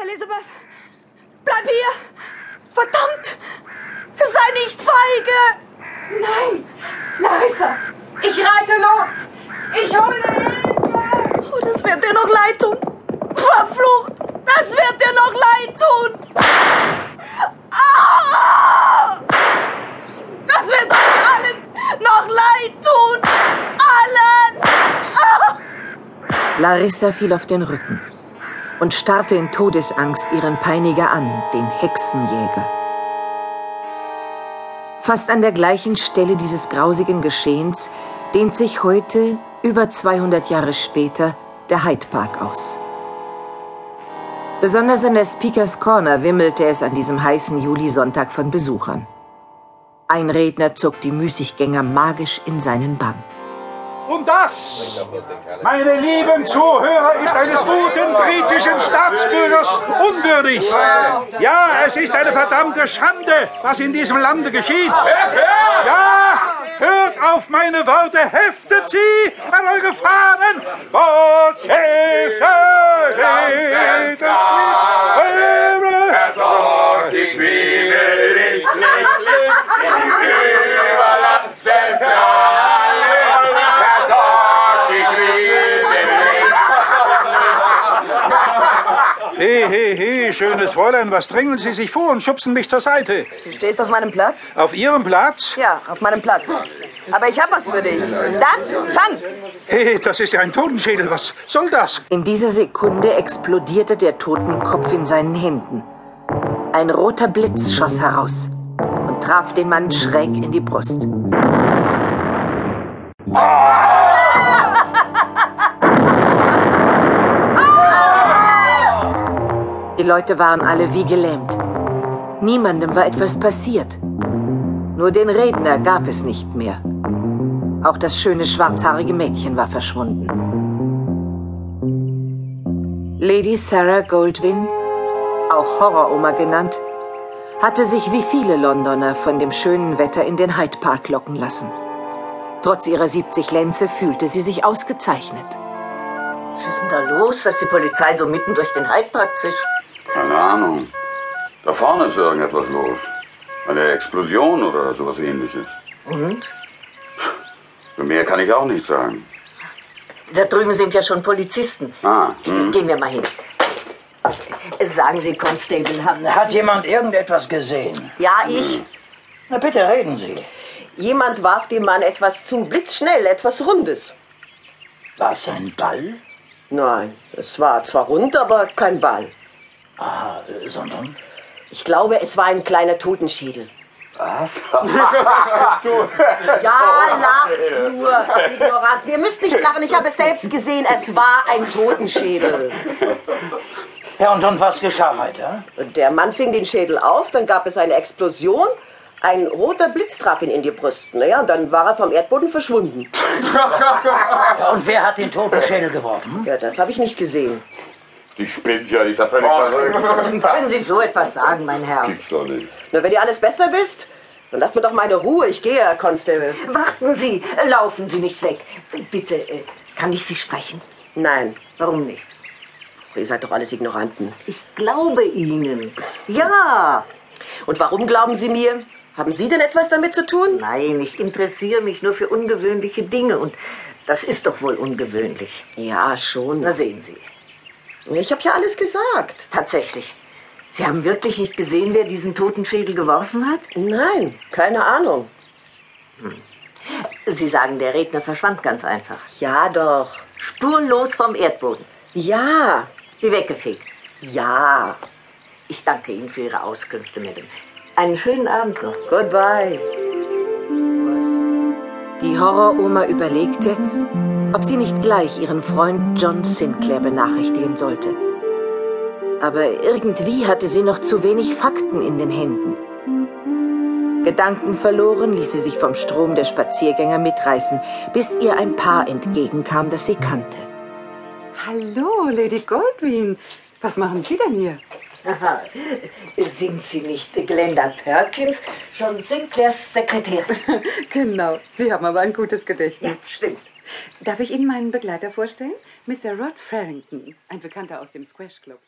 Elisabeth, bleib hier! Verdammt! Sei nicht feige! Nein! Larissa! Ich reite los! Ich hole Hilfe! Oh, das wird dir noch leid tun! Verflucht! Das wird dir noch leid tun! Ah! Das wird euch allen noch leid tun! Allen! Ah! Larissa fiel auf den Rücken und starrte in Todesangst ihren Peiniger an, den Hexenjäger. Fast an der gleichen Stelle dieses grausigen Geschehens dehnt sich heute, über 200 Jahre später, der Hyde Park aus. Besonders an der Speakers Corner wimmelte es an diesem heißen Julisonntag von Besuchern. Ein Redner zog die Müßiggänger magisch in seinen Bann. Um das, meine lieben Zuhörer, ist eines guten britischen Staatsbürgers unwürdig. Ja, es ist eine verdammte Schande, was in diesem Lande geschieht. Ja, hört auf meine Worte, heftet sie an eure Fahnen. Gott Versorgt die Schmiede lichtlich, über Land zentral. Versorgt die Schmiede He, he, he, schönes Fräulein, was drängeln Sie sich vor und schubsen mich zur Seite? Du stehst auf meinem Platz? Auf Ihrem Platz? Ja, auf meinem Platz. Aber ich hab was für dich. Dann fang! Hey, das ist ja ein Totenschädel, was soll das? In dieser Sekunde explodierte der Totenkopf in seinen Händen. Ein roter Blitz schoss heraus und traf den Mann schräg in die Brust. Die Leute waren alle wie gelähmt. Niemandem war etwas passiert. Nur den Redner gab es nicht mehr. Auch das schöne schwarzhaarige Mädchen war verschwunden. Lady Sarah Goldwyn, auch Horroroma genannt, hatte sich wie viele Londoner von dem schönen Wetter in den Hyde Park locken lassen. Trotz ihrer 70 Lenze fühlte sie sich ausgezeichnet. Was ist denn da los, dass die Polizei so mitten durch den Hyde Park zischt? Keine Ahnung. Da vorne ist irgendetwas los. Eine Explosion oder sowas ähnliches. Und? Für mehr kann ich auch nicht sagen. Da drüben sind ja schon Polizisten. Ah, hm. Gehen wir mal hin. Sagen Sie, Constable Hamner. Hat jemand irgendetwas gesehen? Ja, ich. Na bitte reden Sie. Jemand warf dem Mann etwas zu, blitzschnell, etwas Rundes. War es ein Ball? Nein, es war zwar rund, aber kein Ball. Ah, äh, sondern? Ich glaube, es war ein kleiner Totenschädel. Was? Ja, Oh, lacht nur, Ignorant. Ihr müsst nicht lachen, ich habe es selbst gesehen. Es war ein Totenschädel. Ja, und, und was geschah weiter? Und Der Mann fing den Schädel auf, dann gab es eine Explosion. Ein roter Blitz traf ihn in die Brust. Naja, und dann war er vom Erdboden verschwunden. Ja, und wer hat den Totenschädel geworfen? Ja, das habe ich nicht gesehen. Die spinnt ja, die ist ja völlig verrückt. Können Sie so etwas sagen, mein Herr? Gibt's doch nicht. Na, wenn ihr alles besser wisst, dann lasst mir doch meine Ruhe. Ich gehe, Herr Constable. Warten Sie, laufen Sie nicht weg. Bitte, äh, kann ich Sie sprechen? Nein, Warum nicht? ach, ihr seid doch alles Ignoranten. Ich glaube Ihnen. Ja. Und warum glauben Sie mir? Haben Sie denn etwas damit zu tun? Nein, ich interessiere mich nur für ungewöhnliche Dinge und das ist doch wohl ungewöhnlich. Ja, schon. Na sehen Sie, Ich habe ja alles gesagt. tatsächlich. Sie haben wirklich nicht gesehen, wer diesen Totenschädel geworfen hat? Nein, keine Ahnung. Sie sagen, der Redner verschwand ganz einfach. Ja, doch. Spurlos vom Erdboden. Ja, Wie weggefegt. ja. Ich danke Ihnen für Ihre Auskünfte, Madame. Einen schönen Abend noch. Goodbye. Die Horroroma überlegte, ob sie nicht gleich ihren Freund John Sinclair benachrichtigen sollte. Aber irgendwie hatte sie noch zu wenig Fakten in den Händen. Gedanken verloren ließ sie sich vom Strom der Spaziergänger mitreißen, bis ihr ein Paar entgegenkam, das sie kannte. Hallo, Lady Goldwyn. Was machen Sie denn hier? Aha. Sind Sie nicht Glenda Perkins, John Sinclairs Sekretärin? Genau, Sie haben aber ein gutes Ja, Gedächtnis. stimmt. Darf ich Ihnen meinen Begleiter vorstellen? Mr. Rod Farrington, ein Bekannter aus dem Squash Club.